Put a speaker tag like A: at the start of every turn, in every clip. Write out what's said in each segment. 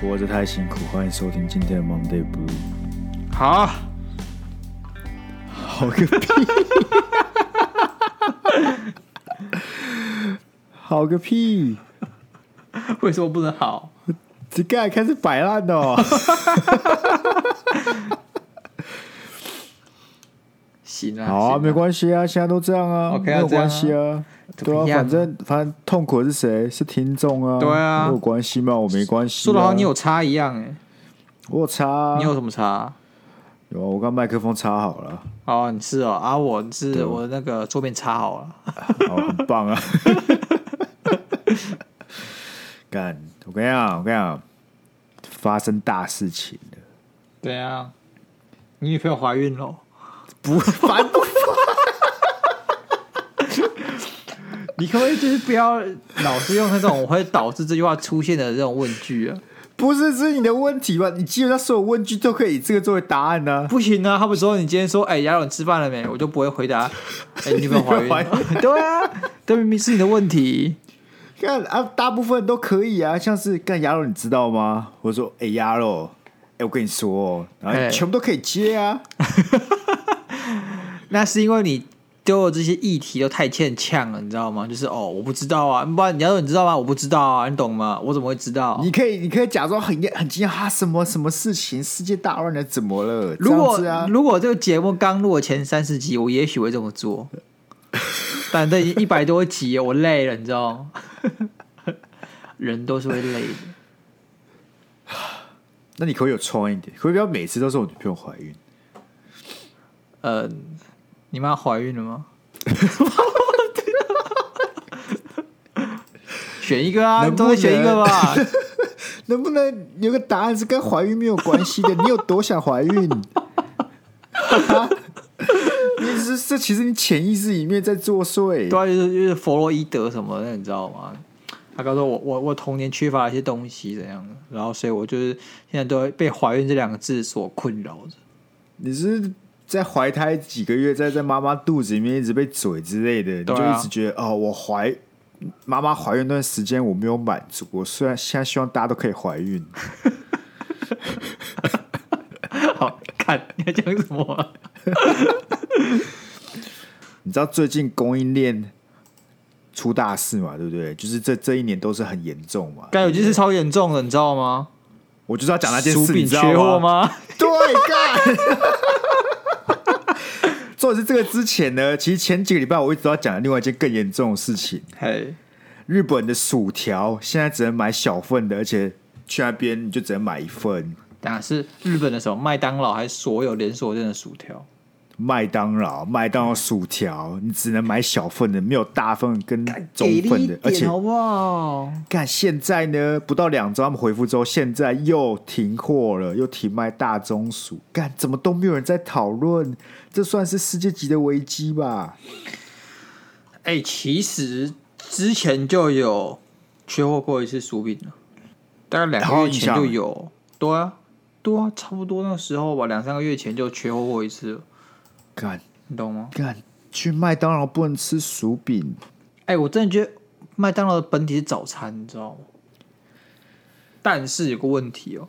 A: 活着太辛苦，欢迎收听今天的 Monday Blue。
B: 好，
A: 好个屁！ 好个屁！
B: 为什么不能好？
A: 这盖开始摆烂哦。
B: 行 啊，
A: 好啊，
B: 行
A: 没关系啊，现在都这样啊
B: OK
A: 没
B: 啊
A: 有
B: 这样啊
A: 关系啊。
B: 怎
A: 对啊
B: 么，样
A: 反正反正痛苦的是谁？是听众啊。
B: 对啊
A: 没有关系嘛，我没关系啊、
B: 说的好像你有插一样哎、
A: 我有插啊、
B: 你有什么插？
A: 有啊，我刚麦克风插好了，
B: 哦，你是哦，啊，我是我那个桌面插好了。
A: 好，很棒啊！干，我跟你讲，我跟你讲，发生大事情了，
B: 怎样？你女朋友怀孕了？
A: 不烦不烦？
B: 你可不可以就是不要老是用那种会导致这句话出现的这种问句啊？
A: 不是，是你的问题吧？你基本上所有问句都可以以这个作为答案呢、
B: 不行啊！他们说你今天说，哎、雅雅，你吃饭了没？我就不会回答，哎、你女朋友 怀
A: 你
B: 孕
A: 女朋友
B: 了？对啊，这明明是你的问题。
A: 看啊，大部分都可以啊，像是干鸭肉，你知道吗？我说，哎、鸭肉，哎、我跟你说哦，然后
B: 哎
A: 你全部都可以接啊。
B: 那是因为你丢的这些议题都太欠呛了，你知道吗？就是哦，我不知道啊，不然你要说你知道吗？我不知道啊，你懂吗？我怎么会知道？
A: 你可以，你可以假装很很惊讶，啊什么什么事情，世界大乱了，怎么了？
B: 如果、
A: 这样子啊，
B: 如果这个节目刚录的前三十集，我也许会这么做，但这已经一百多集了，我累了，你知道吗？人都是会累的。
A: 那你可不可以有创意一点？可不可以不要每次都是我女朋友怀孕？
B: 呃，你妈怀孕了吗？选一个啊，
A: 能
B: 你
A: 不
B: 都
A: 能
B: 会选一个吧。
A: 能不能有个答案是跟怀孕没有关系的？你有多想怀孕？啊你是这其实你潜意识里面在作祟。
B: 对啊，就是就是弗洛伊德什么的，你知道吗？他告诉我，我我童年缺乏一些东西怎样的，然后所以我就是现在都会被“怀孕”这两个字所困扰着。
A: 你是在怀胎几个月，在在妈妈肚子里面一直被嘴之类的，你
B: 对
A: 就
B: 啊
A: 一直觉得哦，我怀妈妈怀孕那段时间我没有满足，我虽然现在希望大家都可以怀孕，
B: 好，看你在讲什么啊、
A: 你知道最近供应链出大事嘛，对不对？就是这这一年都是很严重嘛。
B: 该有就是超严重的，你知道吗？
A: 我就是要讲那件
B: 薯
A: 事，你
B: 饼
A: 知
B: 缺货
A: 道？
B: 吗？
A: 对，干。 重点是这个之前呢，其实前几个礼拜我一直要讲另外一件更严重的事情。
B: 嘿，
A: 日本的薯条现在只能买小份的，而且去那边你就只能买一份。
B: 等下是日本的什么麦当劳还是所有连锁店的薯条？
A: 麦当劳、麦当劳薯条，你只能买小份的，没有大份跟中份的。而且，
B: 好不好？
A: 看现在呢，不到两周他们回复之后，现在又停货了，又停卖大中薯。干，怎么都没有人在讨论？这算是世界级的危机吧？
B: 哎、其实之前就有缺货过一次薯饼了，大概两
A: 还
B: 个
A: 有
B: 月
A: 印
B: 前
A: 象
B: 就
A: 欸
B: 有。对啊，对啊，差不多那时候吧，两三个月前就缺货过一次了，
A: 干
B: 你懂吗？
A: 干，去麦当劳不能吃薯饼，
B: 哎、我真的觉得麦当劳的本体是早餐，你知道吗？但是有个问题哦、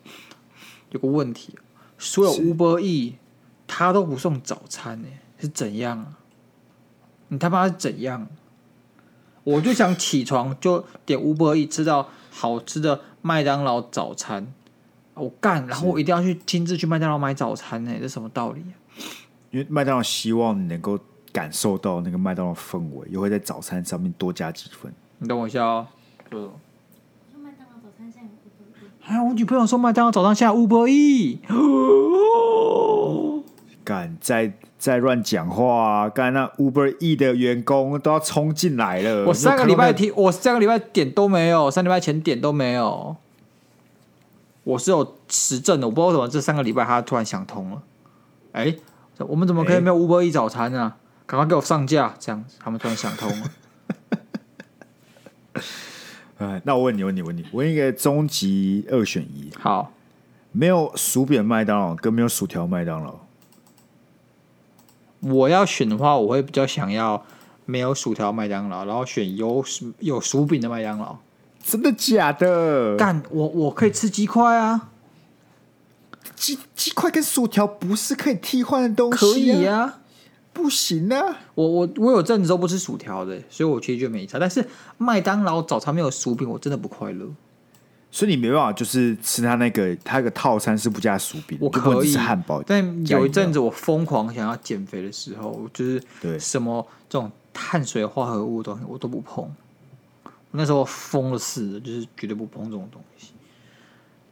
B: 有个问题、哦所有
A: 是
B: Uber E 他都不送早餐呢、是怎样啊？你他妈是怎样？啊我就想起床就点 Uber E 吃到好吃的麦当劳早餐，我干，然后我一定要去亲自去麦当劳买早餐呢、这什么道理啊、
A: 因为麦当劳希望你能够感受到那个麦当劳氛围，又会在早餐上面多加几分。
B: 你等我一下哦、说什
C: 你说
B: 么
C: 麦当劳早餐现在有不不不
B: 哎，我女朋友说麦当劳早上下 Uber E，哦
A: 敢再再乱讲话、啊，干那 Uber E 的员工都要冲进来了。
B: 我上个礼
A: 你有
B: 拜
A: 看到
B: 提，我上个礼拜点都没有，三礼拜前点都没有。我是有实证的，我不知道为什么这三个礼拜他突然想通了。哎、我们怎么可以
A: 哎
B: 没有 Uber E 早餐呢、赶快给我上架，这样子他们突然想通了。
A: 那个，哎，那我问你，问你，问你，问一个终极二选一：
B: 好，
A: 没有薯饼麦当劳跟没有薯条麦当劳。
B: 我要选的话，我会比较想要没有薯条麦当劳，然后选有薯有薯饼的麦当劳。
A: 真的假的？
B: 干，我我可以吃鸡块啊，
A: 鸡鸡块跟薯条不是可以替换的东
B: 可
A: 西、
B: 以
A: 啊，
B: 啊。
A: 不行啊！
B: 我我我有阵子都不吃薯条的，所以我其实就没差。但是麦当劳早餐没有薯饼，我真的不快乐。
A: 所以你没办法，就是吃他那个他那个套餐是不加薯饼，
B: 我
A: 就不能
B: 可
A: 只
B: 以
A: 吃汉堡。
B: 但
A: 加饮
B: 有
A: 料
B: 一阵子我疯狂想要减肥的时候，我就是
A: 对
B: 什么这种碳水化合物的东西我都不碰。我那时候疯了似的，就是绝对不碰这种东西。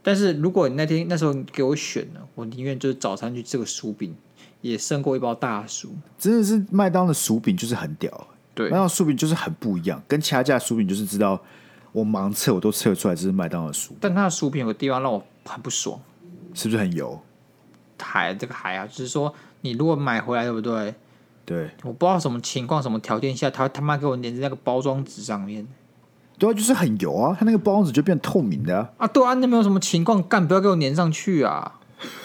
B: 但是如果你那天那时候你给我选呢，我宁愿就是早餐去吃个薯饼，也胜过一包大薯。
A: 真的是麦当的薯饼就是很屌，
B: 对
A: 麦当劳薯饼就是很不一样，跟其他家的薯饼就是知道我盲测我都测得出来这是麦当劳的薯饼，
B: 但它的薯饼有个地方让我很不爽，
A: 是不是很油？
B: 还这个还啊，就是说你如果买回来对不对？
A: 对，
B: 我不知道什么情况、什么条件下，他他妈给我粘在那个包装纸上面。
A: 对啊，就是很油啊，它那个包装纸就变透明的啊、
B: 啊，对啊，那边有什么情况干，不要给我粘上去啊！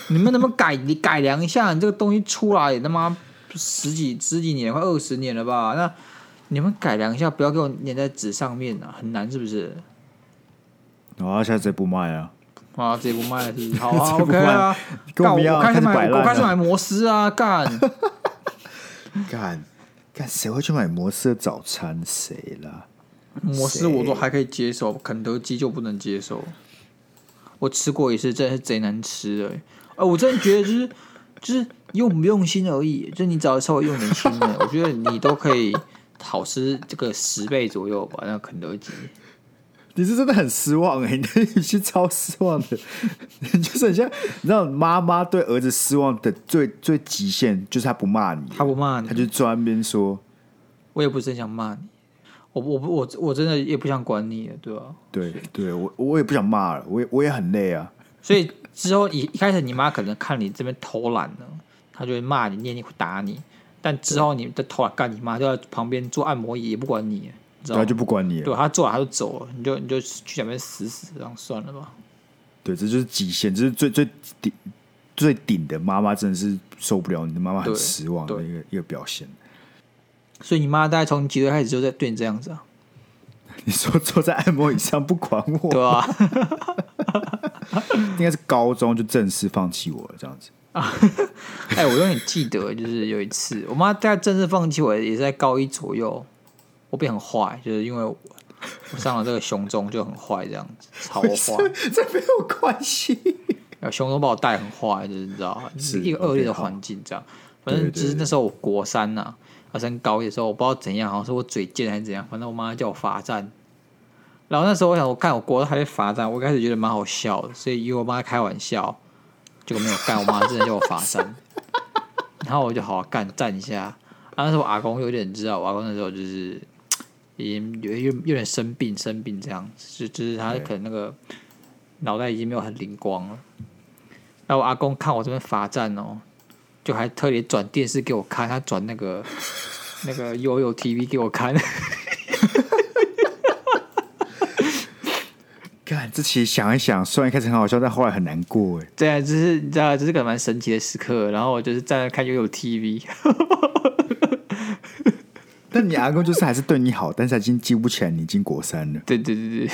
B: 你们能不能改你改良一下？你这个东西出来也他妈十几十几年，快二十年了吧？那你们改良一下，不要给我粘在纸上面啊，很难是不是？
A: 然后下次不卖啊，
B: 啊，这不卖了是不是？好 啊
A: 这不
B: ，OK 啊，
A: 跟
B: 干
A: 我们一样
B: 我开
A: 开
B: 始
A: 始摆
B: 买，
A: 烂
B: 我开始
A: 了
B: 买摩斯啊，干！
A: 干干谁会去买摩斯的早餐？谁啦？
B: 摩斯我都还可以接受，肯德基就不能接受。我吃过一次，真的是贼难吃哎、欸！呃，我真的觉得就是 就是用不用心而已，就你只要稍微用点心 呢，我觉得你都可以好吃这个十倍左右吧。那个肯德基，
A: 你是真的很失望哎、欸，你 的语气超失望的，你就是很像你知道妈妈对儿子失望的最最极限，就是他不骂你，
B: 他不骂
A: 他
B: 你，
A: 就坐在那边说，
B: 我也不是很想骂你，我我不我我真的也不想管你了，对吧、
A: 对对，我我也不想骂了，我也我也很累啊，
B: 所以之后一一开始你妈可能看你这边偷懒了，她就会骂你、念你、打你。但之后你的偷懒干，你妈就在旁边做按摩椅，也不管你，你知
A: 然
B: 道
A: 后
B: 吗？
A: 就不管你了，
B: 对，啊她做完她就走了，你就你就去那边死死，这样算了吧。
A: 对，这就是极限，这是最最顶最顶的妈妈真的是受不了，你的妈妈很
B: 对
A: 失望的
B: 对
A: 一个一个表现。
B: 所以你妈大概从几岁开始就在对你这样子啊？
A: 你说坐在按摩椅上不管我，
B: 对啊，
A: 应该是高中就正式放弃我了这样子。
B: 哎、我永远记得，就是有一次，我妈大概正式放弃我，也是在高一左右，我变很坏，就是因为我我上了这个熊中就很坏，这样子超坏。
A: 这没有关系。
B: 然后熊中把我带很坏，就是你知道吗，
A: 是
B: 一个恶劣
A: OK，
B: 的
A: 好
B: 环境这样。
A: 对
B: 反正就是
A: 对对
B: 那时候我国三呐、要升高一的时候，我不知道怎样，好像是我嘴贱还是怎样，反正我妈叫我罚站。然后那时候我想，我看我国三还被罚站，我一开始觉得蛮好笑的，所以以为我妈开玩笑，结果没有干，我妈真的叫我罚站。 然后我就好好干站一下。啊然后那时候我阿公有点你知道，我阿公那时候就是已经有有有点生病，生病这样，就就是他可能那个脑袋已经没有很灵光了。然后我阿公看我这边罚站哦，就还特别转电视给我看，他转那个 那个悠悠 TV 给我看，
A: 看这期想一想，虽然一开始很好笑，但后来很难过哎。
B: 这样啊就是你知道，这是个蛮神奇的时刻。然后我就是站着看悠悠 TV，
A: 但你阿公就是还是对你好， 但是他已经记不起来你已经国三了。
B: 对对对对，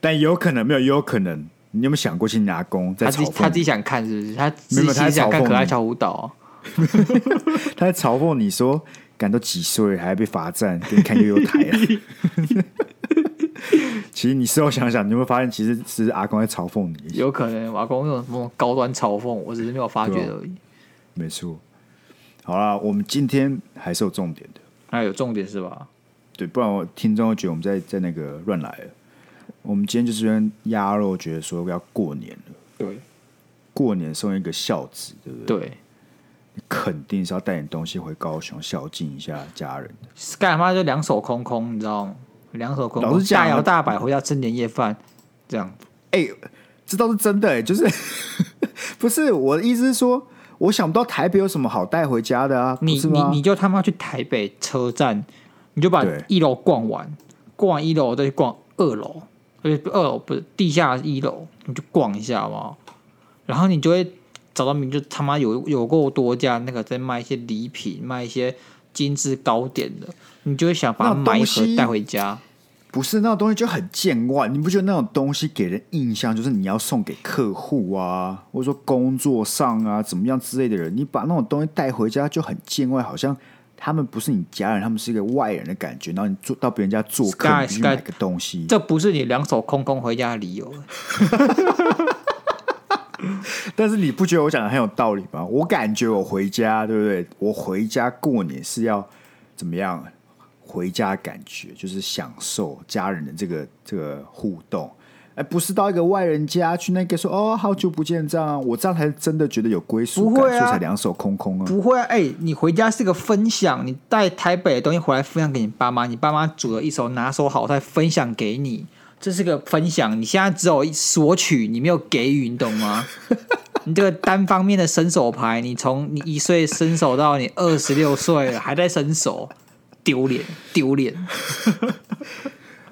A: 但也有可能没有，也有可能。你有没有想过，其实你阿公在
B: 他
A: 嘲
B: 自己他
A: 讽
B: 自己
A: 你，
B: 想看是不是？他
A: 没
B: 自
A: 有
B: 己
A: 他在
B: 想看
A: 嘲讽
B: 可爱
A: 你
B: 小舞蹈、哦。
A: 他在嘲讽你说，感都几岁了还被罚站，给你看悠悠台啊。 其实你事后想想，你有没有发现，其实是阿公在嘲讽你？
B: 有可能我阿公用什么高端嘲讽，我只是没有发觉而已。
A: 啊没错。好啦，我们今天还是有重点的。
B: 那、有重点是吧？
A: 对，不然我听众会觉得我们在在那个乱来了。我们今天就是跟鸭肉觉得说要过年了，
B: 对
A: 过年送一个孝子，对不对？
B: 对
A: 肯定是要带点东西回高雄孝敬一下家人的。
B: ，Sky 他妈就两手空空，你知道吗？两手空
A: 老
B: 空，
A: 实讲啊
B: 大摇大摆回家吃年夜饭，这样
A: 哎、这倒是真的、哎，就是 不是我的意思是说，我想不到台北有什么好带回家的啊，
B: 你
A: 不是
B: 你
A: 吗
B: 你就他妈去台北车站，你就把
A: 对
B: 一楼逛完，逛完一楼再去逛二楼，而且二楼不是地下一楼，你就逛一下好不好？然后你就会找到名，就他妈有有够多家那个在卖一些礼品，卖一些精致糕点的，你就会想把它
A: 那
B: 买
A: 东
B: 一盒
A: 西
B: 带回家。
A: 不是那种东西就很见外，你不觉得那种东西给人印象就是你要送给客户啊，或者说工作上啊怎么样之类的人，你把那种东西带回家就很见外，好像他们不是你家人，他们是一个外人的感觉。然后你做到别人家做客，
B: Sky，
A: 你必须买
B: Sky
A: 个东西。
B: 这不是你两手空空回家的理由。
A: 但是你不觉得我讲的很有道理吗？我感觉我回家，对不对？我回家过年是要怎么样？回家感觉就是享受家人的这个这个互动，而不是到一个外人家去那个说哦好久不见这样啊，我这样才真的觉得有归属
B: 不
A: 感，
B: 会
A: 所
B: 啊
A: 以才两手空空啊。
B: 不会啊，哎、你回家是个分享，你带台北的东西回来分享给你爸妈，你爸妈煮了一手拿手好菜分享给你，这是个分享。你现在只有索取，你没有给予，你懂吗？你这个单方面的伸手牌，你从你一岁伸手到你二十六岁了还在伸手，丢脸丢脸。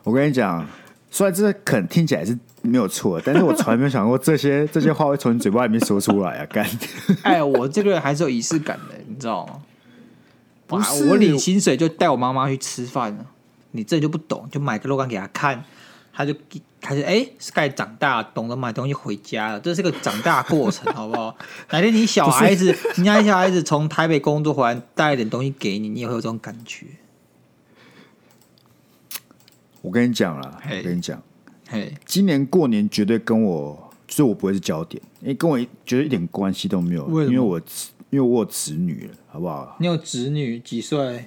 A: 我跟你讲，虽然这可能听起来是没有错，但是我从来没有想过这些这些话会从你嘴巴里面说出来啊！干，
B: 哎、我这个人还是有仪式感的，你知道吗？
A: 不
B: 哇
A: 是
B: 我领薪水就带我妈妈去吃饭了，你这就不懂，就买个肉干给她看，她就开始哎、，Sky 长大了懂得买东西回家了，这是个长大过程，好不好？哪天你小孩子，人家小孩子从台北工作回来，带一点东西给你，你也会有这种感觉。
A: 我跟你讲啦，
B: 嘿
A: 我跟你讲。
B: 嘿，
A: 今年过年绝对跟我，就是我不会是焦点，因为跟我觉得一点关系都没有，
B: 为什么
A: 因为我侄因为我有侄女了，好不好？
B: 你有侄女几岁？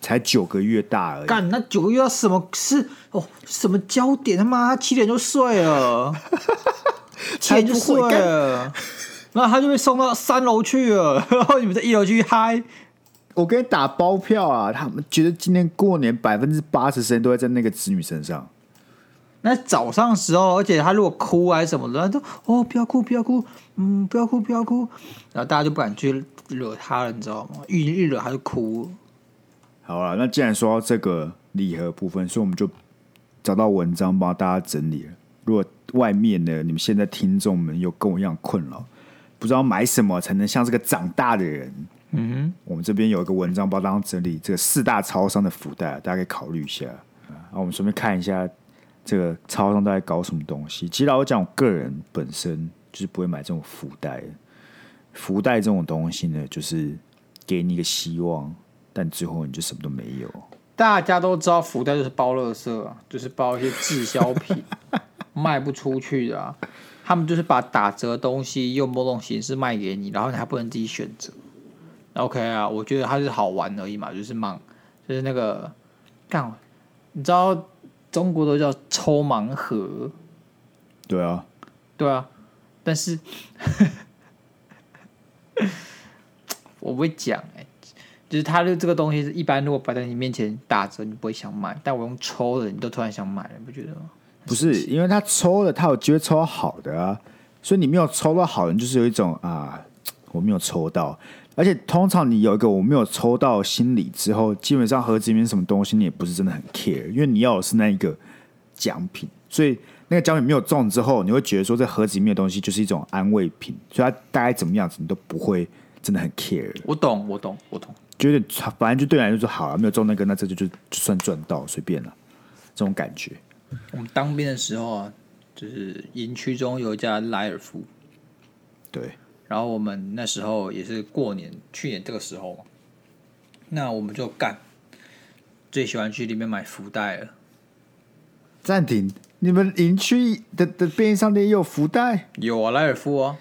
A: 才九个月大而已，
B: 干，那九个月要什么是哦？什么焦点？他妈，他七点就睡了，七点就睡
A: 才不会
B: 了，然后他就被送到三楼去了，然后你们在一楼去嗨。
A: 我跟你打包票啊！他们觉得今年过年百分之八十时间都会在那个侄女身上，
B: 那早上的时候，而且他如果哭还是什么的，他就哦不要哭不要哭，嗯不要哭不要哭，然后大家就不敢去惹他了，你知道吗？一一惹他就哭。
A: 好了，那既然说到这个礼盒部分，所以我们就找到文章帮大家整理了。如果外面呢，你们现在听众们有跟我一样困扰，不知道买什么才能像这个长大的人，嗯我们这边有一个文章帮大家整理这个四大超商的福袋，大家可以考虑一下。啊，我们顺便看一下这个超商都在搞什么东西。其实老实讲，我个人本身就是不会买这种福袋的，福袋这种东西呢，就是给你一个希望，但最后你就什么都没有。
B: 大家都知道福袋就是包垃圾啊， 就是包一些滞销品， 卖不出去的、啊。他们就是把打折的东西用某种形式卖给你，然后你还不能自己选择。OK 啊，我觉得它是好玩而已嘛，就是盲，就是那个干，你知道中国都叫抽盲盒，
A: 对啊，
B: 对啊，但是 我不会讲哎、就是它的这个东西，一般如果摆在你面前打折，你不会想买，但我用抽的，你都突然想买了，你不觉得吗？
A: 不是因为他抽了，他有机会抽到好的啊，所以你没有抽到好的，你就是有一种啊，我没有抽到。而且通常你有一个我没有抽到的心理之后，基本上盒子里面什么东西你也不是真的很 care，因为你要的是那一个奖品，所以那个奖品没有中之后，你会觉得说这盒子里面的东西就是一种安慰品，所以它大概怎么样子你都不会真的很 care。
B: 我懂，我懂，我懂。
A: 就有点差，反正就对你来说就好了，没有中那个，那这就就就算赚到，随便了，这种感觉。
B: 我们当兵的时候啊，就是营区中有一家莱尔夫，
A: 对，
B: 然后我们那时候也是过年，去年这个时候嘛，那我们就干，最喜欢去里面买福袋了。
A: 暂停，你们营区的的便利商店也有福袋
B: 有啊，莱尔夫哦，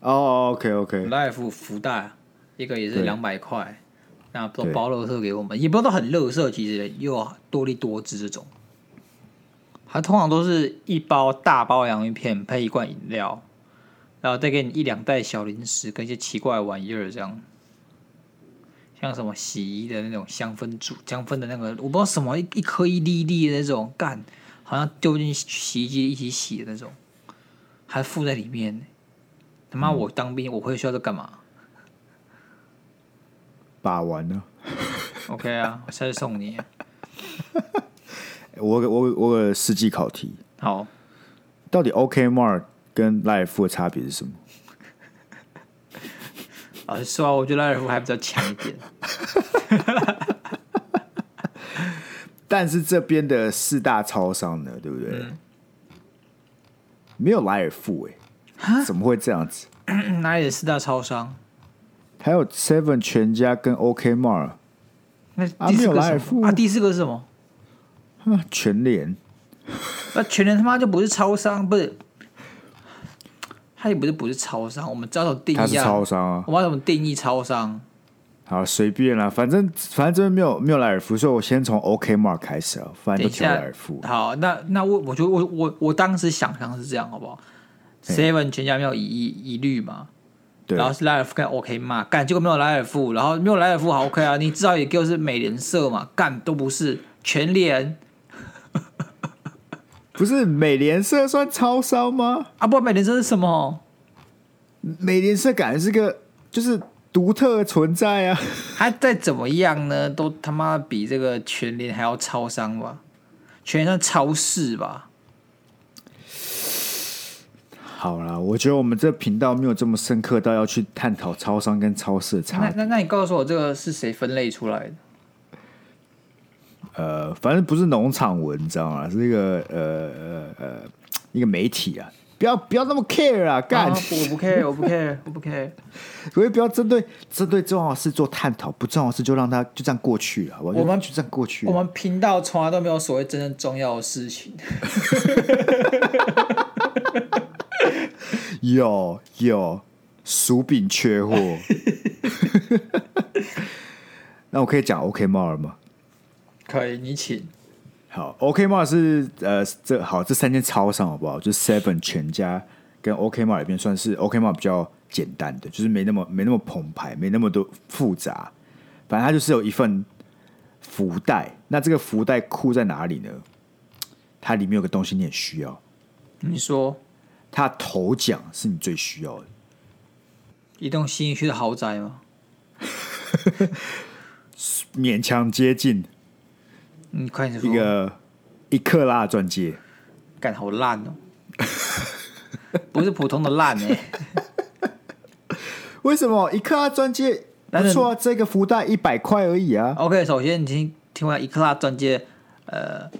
A: 哦、o k OK，
B: 莱尔夫福袋啊一个也是
A: 对
B: 两百块，那都
A: 对
B: 包乐色给我们，也不知道很乐色，其实又有多利多汁这种。它通常都是一包大包洋芋片配一罐饮料，然后再给你一两袋小零食跟一些奇怪的玩意儿，这样，像什么洗衣的那种香氛组，香氛的那个我不知道什么一一颗一粒一粒的那种，干，好像丢进洗衣机一起洗的那种，还附在里面。他
A: 嗯
B: 妈，我当兵我会需要这干嘛
A: 把玩了。
B: ？OK 啊，我下次送你。
A: 我有个我有我有个实际考题，
B: 好，
A: 到底 OK Mart 跟赖尔夫的差别是什么？
B: 老实啊说，我觉得赖尔夫还比较强一点。
A: 但是这边的四大超商呢，对不对？没有莱尔富哎、怎么会这样子？
B: 哪里的四大超商？
A: 还有 Seven 全家跟 OK Mart
B: 那
A: 啊
B: 第四
A: 没有
B: 个
A: 莱尔
B: 是什
A: 富
B: 么？啊，第四个是什么？
A: 啊全联，
B: 那全联他妈就不是超商，不是，他也不是不是超商，我们知道怎么定
A: 它是
B: 义啊？
A: 超商啊。
B: 我们要怎么定义超商？
A: 好，随便啦，反正反正这边没有没有莱尔富，所以我先从 OK Mart 开始啊，反正
B: 等
A: 都
B: 一
A: 挑莱
B: 下
A: 尔富，。
B: 好，那那我我就我我我当时想象是这样，好不好？Seven 全家没有疑疑疑虑嘛，
A: 对
B: 然后是莱尔富跟 OK 嘛，干结果没有莱尔富，然后没有莱尔富好 OK 啊，你至少也给我是美联社嘛，干都不是全联
A: 不是美联社算超商吗？
B: 啊，不美联社是什么？
A: 美联社感觉是个就是独特的存在啊。
B: 他再怎么样呢，都他妈比这个全联还要超商吧？全联算超市吧？
A: 好啦，我觉得我们这频道没有这么深刻到要去探讨超商跟超市的差
B: 那
A: 别。
B: 那那你告诉我这个是谁分类出来的？
A: 呃，反正不是农场文章啊，是一个呃呃呃一个媒体啊，不要不要那么 care 啊，干，
B: 啊我不 care，我不 care，我不 care。
A: 所以不要针对针对重要的事做探讨，不重要的事就让它就这样过去了。我
B: 我们
A: 就这样过去
B: 我
A: 了，
B: 们频道从来都没有所谓真正重要的事情，
A: 有有薯饼缺货。 那我可以讲 OK m a r 吗？
B: 可以你请。
A: 好，OK Mart 是呃，这好这三间超商好不好？就是 Seven 全家跟 OK Mart 里边算是 OK Mart 比较简单的，就是没那么没那么澎湃，没那么多复杂。反正它就是有一份福袋，那这个福袋库在哪里呢？它里面有个东西你很需要，
B: 你说
A: 它的头奖是你最需要的。
B: 一栋新一区的豪宅吗？
A: 勉强接近
B: 你快点说。
A: 一个一克拉钻戒，
B: 干好烂哦，不是普通的烂哎、
A: 为什么一克拉钻戒
B: 但
A: 不
B: 是
A: 错、啊？这个福袋一百块而已啊。
B: OK，首先你听听完一克拉钻戒，呃，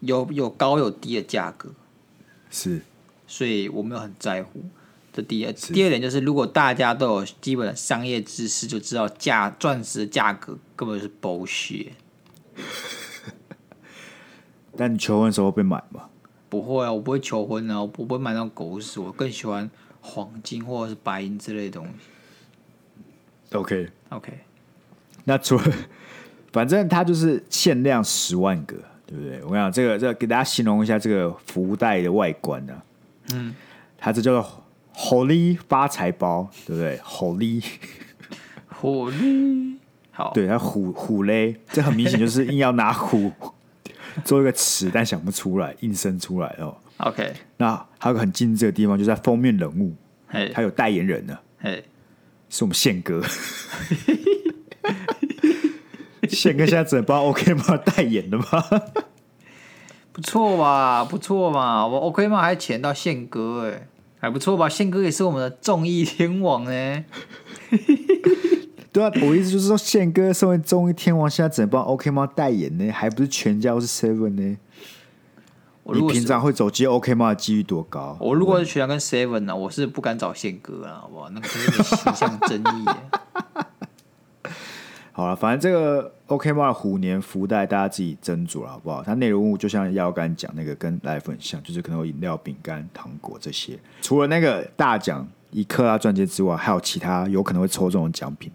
B: 有有高有低的价格，
A: 是，
B: 所以我没有很在乎。这第一，第二点就是，如果大家都有基本的商业知识，就知道价钻石的价格根本就是 bullshit。
A: 但你求婚的时候会被买吗？
B: 不会啊，我不会求婚啊，我不我不会买那种狗屎，我更喜欢黄金或者是白银之类的东西。
A: OK，
B: OK，
A: 那除了 反正它就是限量十万个，对不对？我跟你讲，这个这个给大家形容一下这个福袋的外观呢、啊，嗯，它这叫做 Holy 发财包，对不对？Holy，
B: 火力好，
A: 对，它虎虎嘞，这很明显就是硬要拿虎 做一个词，但想不出来，硬生出来哦。
B: ，OK，
A: 那还有个很精致的地方，就是在封面人物，
B: 嘿
A: 它，有代言人呢、
B: 嘿，
A: 是我们宪哥。宪哥现在只能帮 OK 吗代言的吗？
B: 不错吧，不错嘛，我 OK 嘛，还潜到宪哥哎、还不错吧，宪哥也是我们的众议天王哎、
A: 对啊，我意思就是说，宪哥身为综艺天王，现在只能帮 OK 吗代言呢，还不是全家或是 Seven 呢？
B: 我
A: 你
B: 如果
A: 平
B: 是
A: 常会走街 OK 吗的几率多高？
B: 我如果是学长跟 Seven 呢、我是不敢找宪哥啊，好不好？那肯定有形象争议、欸。
A: 好了，反正这个 OK 吗虎年福袋大家自己斟酌了，好不好？它内容物就像耀干讲那个跟来粉很像，就是可能有饮料、饼干、糖果这些。除了那个大奖一克拉钻戒之外，还有其他有可能会抽中的奖品，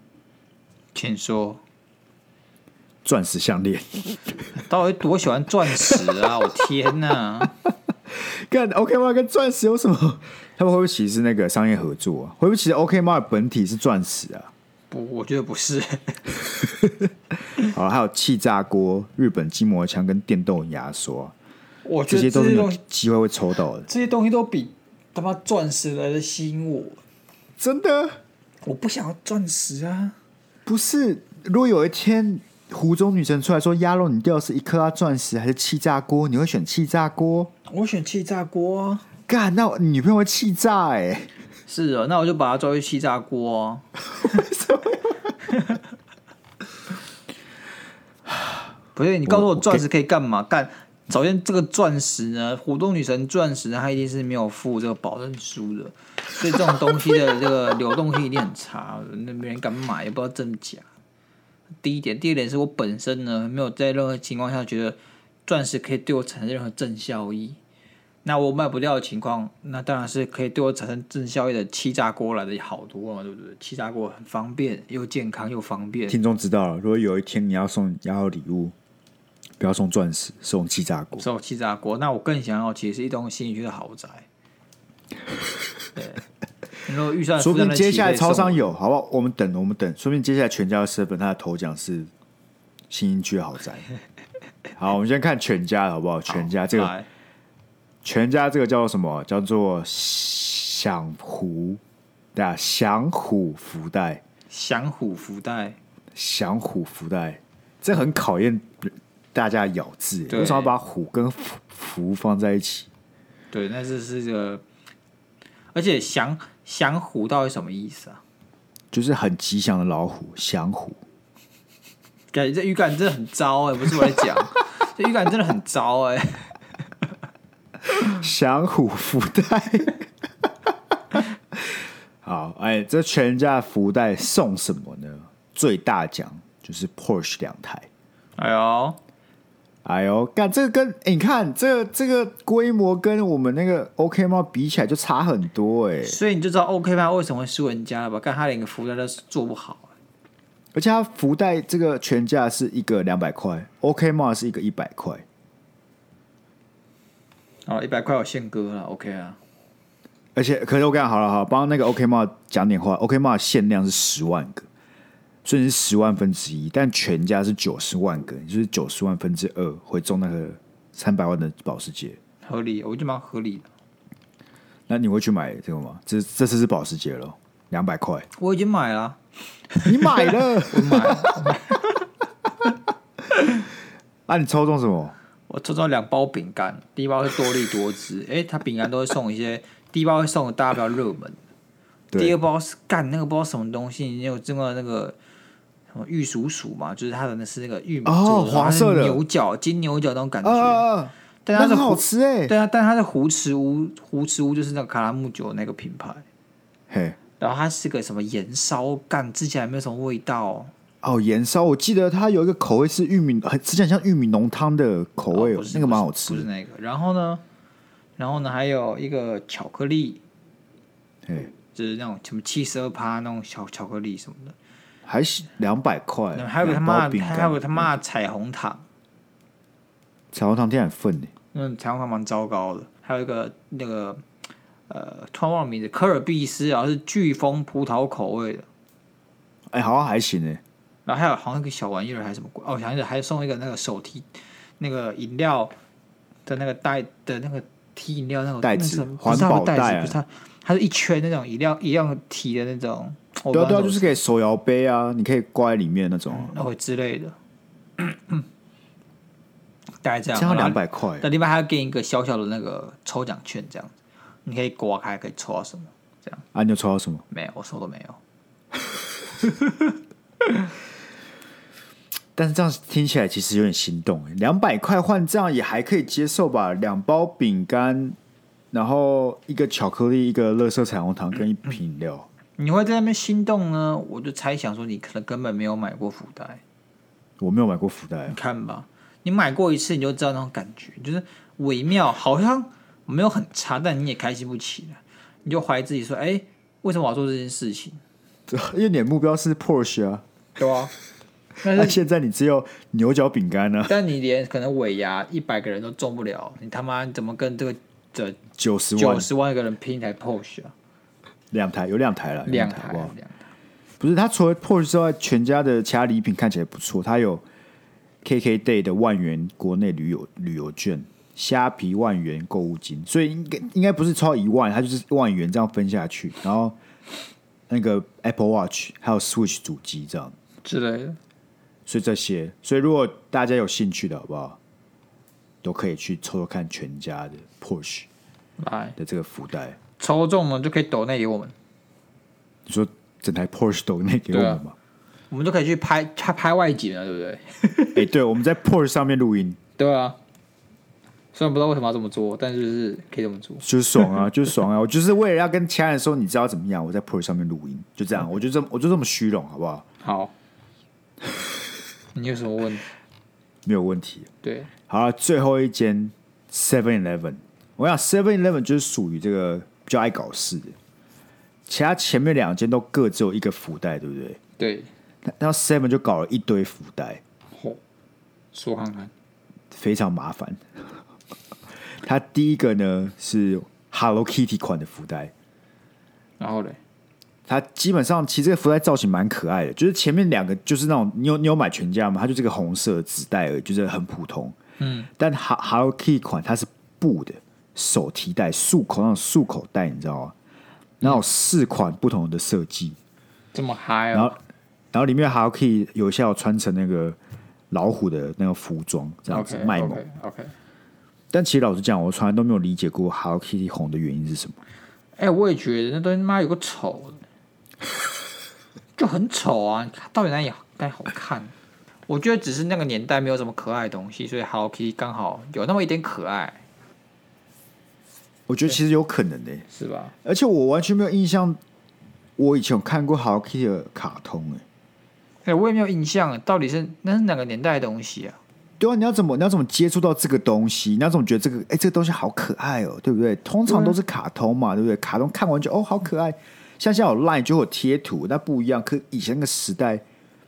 B: 请说，
A: 钻石项链。
B: 到底多喜欢钻石啊？我天哪、
A: 跟 OK Mart 跟钻石有什么？ 他们会不会其实是那个商业合作啊？会不会其实 OK Mart 本体是钻石啊？
B: 不，我觉得不是。
A: 好了，还有气炸锅、日本筋膜枪跟电动牙刷啊，
B: 我
A: 这
B: 觉
A: 些
B: 得
A: 都
B: 这
A: 是
B: 些
A: 没有
B: 东西，
A: 机会会抽到的。
B: 这些东西都比他妈钻石来的吸引我。
A: 真的
B: 我不想要钻石啊！
A: 不是？如果有一天湖中女神出来说鸭肉你掉的是一克拉钻石还是气炸锅，你会选气炸锅？
B: 我选气炸锅、啊，
A: 干，那你女朋友会气炸哎、
B: 是哦，那我就把它抓去气炸锅、哦。 不是你告诉
A: 我
B: 我
A: 我
B: 钻石可以干嘛？干，首先这个钻石呢，虎洞女神钻石呢，它一定是没有付这个保证书的，所以这种东西的这个流动性一定很差，那没人敢买，也不知道真假。第一点，第二点是我本身呢没有在任何情况下觉得钻石可以对我产生任何正效益。那我卖不掉的情况，那当然是可以对我产生正效益的气炸锅来的好多嘛，对不对？气炸锅很方便，又健康又方便。
A: 听众知道了，如果有一天你要送你要有礼物，不要送钻石，送气炸锅。
B: 受气炸锅。那我更想要其实是一栋新一区的豪宅。对，如果预算
A: 说
B: 负
A: 不定
B: 担得起
A: 接下来超商
B: 可以送
A: 有，好不好？我们等，我们等。说不定接下来全家的身份，他的头奖是新英区的豪宅。好，我们先看全家的好不好？
B: 我
A: 全家这个，
B: 来
A: 全家这个叫做什么？叫做享福，对啊，享虎福袋，
B: 享虎福袋，
A: 享虎福袋，这很考验大家的咬字。
B: 对
A: 为什么要把虎跟福福放在一起？
B: 对，那是是这个，而且享享虎到底什么意思啊？
A: 就是很吉祥的老虎，祥虎。
B: 感觉这预感真的很糟哎、不是我在 讲，这预感真的很糟哎、
A: 祥虎福袋。 好，哎，这全家福袋送什么呢？最大奖就是 Porsche 两台。
B: 哎呦，
A: 哎呦，干这个跟哎，你看这个这个规模跟我们那个 OK 猫比起来就差很多哎、
B: 所以你就知道 OK 吧为什么会输人家了吧？干他连个福袋都做不好、
A: 而且它福袋这个全价是一个两百块，OK 猫是一个一百块，
B: 哦，一百块我献歌了，OK 啊，
A: 而且可是我跟你讲好了好，帮那个 OK 猫讲点话，OK 猫限量是十万个，所以是十万分之一，但全家是九十万个，就是九十万分之二会中那个三百万的保时捷。
B: 合理，我觉得蛮合理的。
A: 那你会去买这个吗？这这次是保时捷了，两百块，
B: 我已经买了啊，
A: 你买了
B: 我买 了。
A: 啊？你抽中什么？
B: 我抽到两包饼干，第一包是多利多汁， 诶，它饼干都会送一些，第一包会送大家比较热门，第
A: 对
B: 二，包是干那个不知道什么东西，你有见过那个什么玉蜀黍嘛？就是它的那是那个玉米
A: 哦
B: 做的
A: 黄色的
B: 它是牛角金牛角那种感觉，
A: 啊啊啊！
B: 但
A: 那
B: 它是
A: 很好
B: 胡
A: 吃哎、
B: 对啊，但它是胡池屋，胡池屋就是那个卡拉木酒那个品牌，
A: 嘿，
B: 然后它是个什么盐烧干，吃起来没有什么味道、
A: 哦，盐烧，我记得它有一个口味是玉米，很吃起来像玉米浓汤的口味，
B: 哦不是
A: 那个蛮好
B: 不
A: 吃
B: 是
A: 的。
B: 那个。然后呢，然后呢，还有一个巧克力，
A: 嘿，
B: 就是那种什么七十二趴那种小巧克力什么的，
A: 还是两百块
B: 然后，还有个他
A: 哎两包
B: 妈的，
A: 饼干嗯
B: 还有个他妈的彩虹糖，
A: 彩虹糖店很愤呢、欸
B: 嗯，彩虹糖蛮糟糕的，还有一个那个呃，突然忘了名字，科尔必斯，然后是飓风葡萄口味的，
A: 哎、好像还行呢、
B: 然后还有好像一个小玩意儿还是什么鬼，哦，我想起来还送一个那个手提那个饮料的那个袋的那个提饮料那种
A: 袋子
B: 那是什么
A: 环
B: 不是它
A: 保
B: 有袋子
A: 袋啊
B: 不是它，它是一圈那种饮料一样提的那种，我不
A: 对
B: 知
A: 啊对啊，
B: 道嗯那种
A: 就是可以手摇杯啊，你可以挂在里面那种啊、
B: 那会之类的， 大概这样。
A: 这样
B: 然后
A: 两百块，欸
B: 那另外还要给你一个小小的那个抽奖券，这样子，你可以刮开，可以抽到什么？
A: 啊，你有抽到什么？
B: 没有，我什么都没有。
A: 但是这样听起来其实有点心动、欸，两百块换这样也还可以接受吧？两包饼干，然后一个巧克力，一个乐色彩虹糖跟一瓶饮料，
B: 你会在那边心动呢？我就猜想说，你可能根本没有买过福袋。
A: 我没有买过福袋啊、
B: 你看吧，你买过一次，你就知道那种感觉，就是微妙，好像没有很差，但你也开心不起来，你就怀疑自己说，哎、为什么我要做这件事情？
A: 因为你的目标是 Porsche 啊，
B: 对啊，但
A: 那
B: 是
A: 现在你只有牛角饼干呢、啊，
B: 但你连可能尾牙一百个人都中不了，你他妈怎么跟这个这
A: 九十万
B: 九十万个人拼一台 Porsche 啊？
A: 两台，有两台了，有
B: 两
A: 台
B: 台啊
A: 好不好
B: 两？台
A: 不是，它除了 Porsche 之外，全家的其他礼品看起来不错。它有 KK Day 的万元国内旅游旅游券，虾皮万元购物金，所以应该应该不是超一万，它就是万元这样分下去。然后那个 Apple Watch 还有 Switch 主机这样，
B: 之类的。
A: 所以这些，所以如果大家有兴趣的好不好，都可以去抽抽看全家的 Porsche
B: 来
A: 的这个福袋。
B: 抽中了就可以抖内给我们，
A: 你说整台 Porsche 抖内给我们嘛？
B: 我们就可以去拍拍拍外景了，对不对？
A: 哎、对，我们在 Porsche 上面录音，
B: 对啊。虽然不知道为什么要这么做，但是就是可以这么做。
A: 就是爽啊，就是爽啊！我就是为了要跟其他人说，你知道怎么样？我在 Porsche 上面录音，就这样，我就这么，我就这么虚荣，好不好？
B: 好， 你有什么问题？
A: 没有问题。
B: 对，
A: 好，最后一间 Seven Eleven，我想 Seven Eleven 就是属于这个比较爱搞事的，其他前面两间都各只有一个福袋，对不对？
B: 对，
A: 那那 Seven 就搞了一堆福袋，
B: 吼，说看看，
A: 非常麻烦。它第一个呢是 Hello Kitty 款的福袋，
B: 然后嘞，
A: 它基本上其实这个福袋造型蛮可爱的，就是前面两个就是那种你有你有买全家吗？它就这个红色的纸袋而已，就是很普通。
B: 嗯，
A: 但 Hel- Hello Kitty 款它是布的手提袋，束口那种束口袋，你知道吗？然后有四款不同的设计，
B: 这么嗨
A: 然后
B: 哦，
A: 然后里面 Hello Kitty 有些有穿成那个老虎的那个服装，这样子
B: OK
A: 卖萌。
B: OK OK。
A: 但其实老实讲，我从来都没有理解过 Hello Kitty 红的原因是什么。
B: 哎、我也觉得那东西妈有个丑的，就很丑啊！你看到底哪里该好看？我觉得只是那个年代没有什么可爱的东西，所以 Hello Kitty 刚好有那么一点可爱，
A: 我觉得其实有可能的、欸
B: 是吧？
A: 而且我完全没有印象，我以前有看过 Hello Kitty 的卡通、欸，
B: 哎、我也没有印象，到底是那是哪个年代的东西啊？
A: 对啊，你要怎么你要怎么接触到这个东西？你要怎么觉得这个哎、这个东西好可爱哦，对不对？通常都是卡通嘛，对不对？卡通看完就哦好可爱，像现在有 Line 就有贴图，那不一样。可以前那个时代，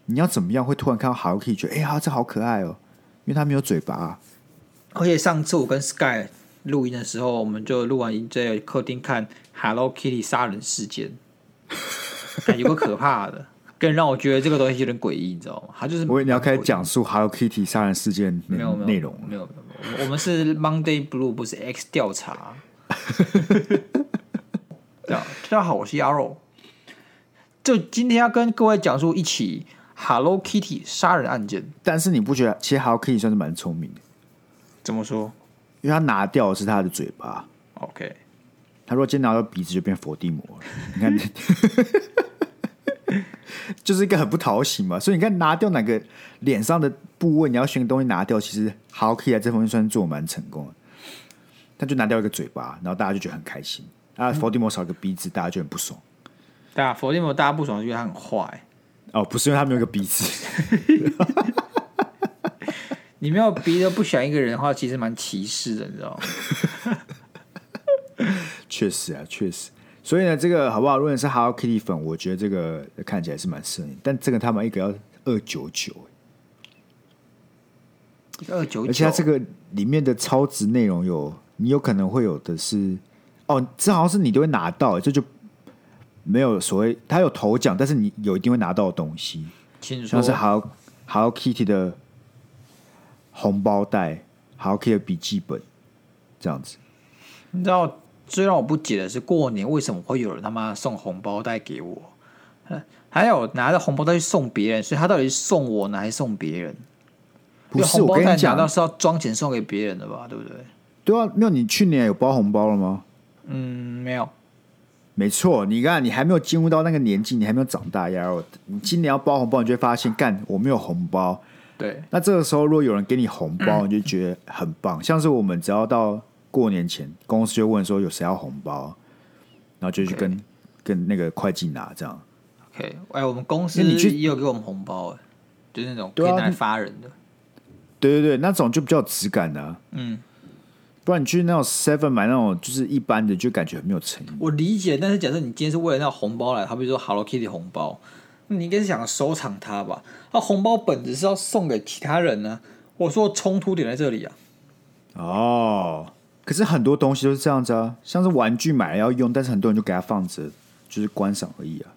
A: 你要怎么样会突然看到 Hello Kitty 觉得哎呀、这好可爱哦，因为它没有嘴巴、啊。
B: 而且上次我跟 Sky 录音的时候，我们就录完音在客厅看 Hello Kitty 杀人事件，感觉够可怕的， 更让我觉得这个东西有点诡异，你知道吗？它就是
A: 我以为你要开始
B: 蛮诡异
A: 讲述 Hello Kitty 杀人事件
B: 没有没有
A: 内容了，
B: 没有没有，我们我们是 Monday Blue，不是 X 调查。大家大家好，我是鸭肉。就今天要跟各位讲述一起 Hello Kitty 杀人案件。
A: 但是你不觉得其实 Hello Kitty 算是蛮聪明的，
B: 怎么说
A: 因为它拿掉的是它的嘴巴，
B: ？OK，
A: 他说今天拿到鼻子就变佛地魔了，你看， 就是一个很不讨喜嘛。所以你看，拿掉哪个脸上的部位，你要选个东西拿掉，其实 Hello Kitty 在这方面算是做得蛮成功的。他就拿掉一个嘴巴，然后大家就觉得很开心。啊，佛地魔少一个鼻子，大家就很不爽。
B: 大家否定我，大家不爽，因为他很坏。
A: 哦，不是因为他没有一个鼻子，
B: 你没有鼻子不选一个人的话，其实蛮歧视的，你知道吗？
A: 确实啊，确实。所以呢，这个好不好？如果你是 Hello Kitty 粉，我觉得这个看起来是蛮适合你，但这个他们一个要二九九，
B: 一个二九
A: 而且它
B: 九，
A: 这个里面的超值内容有，你有可能会有的是，哦，这好像是你都会拿到，这就没有所谓，它有头奖，但是你有一定会拿到的东西，
B: 请说
A: 像是 Hello Hello Kitty 的红包袋，Hello Kitty 的笔记本这样子。
B: 你知道最让我不解的是，过年为什么会有人他妈送红包袋给我？呃还有拿着红包袋去送别人，所以他到底是送我呢，还是送别人？
A: 不是
B: 因为红
A: 我
B: 包
A: 跟
B: 袋
A: 你
B: 拿
A: 讲
B: 到，是要装钱送给别人的吧？对不对？
A: 对啊，没有你去年有包红包了吗？
B: 嗯，没有。
A: 没错，你看你还没有进入到那个年纪，你还没有长大呀。然后你今年要包红包，你就会发现，干我没有红包，
B: 对，
A: 那这个时候，如果有人给你红包，你就觉得很棒。像是我们只要到过年前，公司就问说有谁要红包，然后就去
B: OK
A: 跟跟那个会计拿这样。
B: OK，哎，我们公司
A: 那你去
B: 也有给我们红包，哎，就是那种可
A: 对啊
B: 以拿来
A: 你
B: 发人的。
A: 对对对，那种就比较有质感的啊、
B: 嗯，
A: 不然你去那种 Seven 买那种就是一般的，就感觉很没有诚意。
B: 我理解，但是假设你今天是为了那个红包来，好比说 Hello Kitty 红包，那你应该是想收藏它吧？那红包本质是要送给其他人呢、我说冲突点在这里啊。
A: 哦，可是很多东西都是这样子啊，像是玩具买了要用，但是很多人就给它放着，就是观赏而已啊。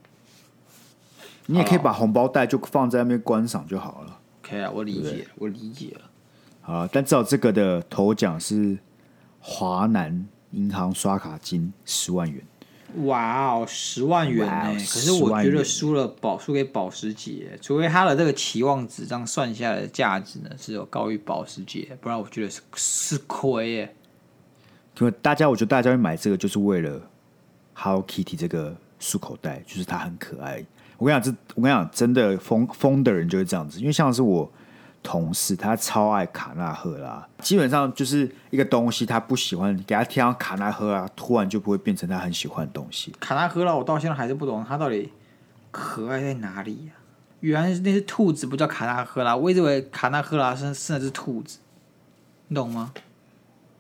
A: 你也可以把红包袋就放在那边观赏就好了。
B: OK 啊，我理解，我理解了。
A: 啊，但至少这个的头奖是华南银行刷卡金十万元，
B: 哇哦，十万元呢、
A: 哇哦
B: 可是我觉
A: 10万
B: 得
A: 元
B: 输了保输给保时捷，除非他的这个期望值这样算下来的价值呢是有高于保时捷，不然我觉得是是亏耶、
A: 因为大家我觉得大家会买这个就是为了 Hello Kitty 这个漱口袋，就是它很可爱。我跟你讲，这我跟你讲，真的疯疯的人就是这样子，因为像是我同事，他超爱卡纳赫拉，基本上就是一个东西他不喜欢，给他贴上卡纳赫拉，突然就不会变成他很喜欢的东西。
B: 卡纳赫拉，我到现在还是不懂它到底可爱在哪里呀、原来那只兔子不叫卡纳赫拉，我一直以为卡纳赫拉是是那只兔子，你懂吗？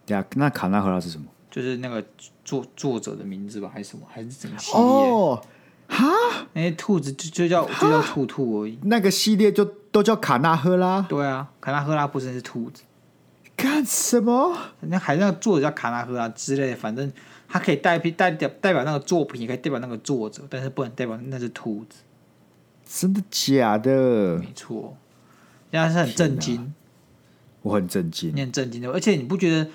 A: 对啊，那卡纳赫拉是什么？
B: 就是那个作作者的名字吧，还是什么，还是整个系列？
A: 哦，
B: 那些兔子就就叫就叫兔兔而已。
A: 那个系列就都叫卡纳赫拉，
B: 对啊，卡纳赫拉不是那只兔子，
A: 干什么？
B: 那还那个作者叫卡纳赫拉之类的，反正它可以代表代表代表那个作品，也可以代表那个作者，但是不能代表那只兔子。
A: 真的假的？
B: 没错，人家是很震惊，
A: 我很震惊
B: 你。很震惊的，而且你不觉得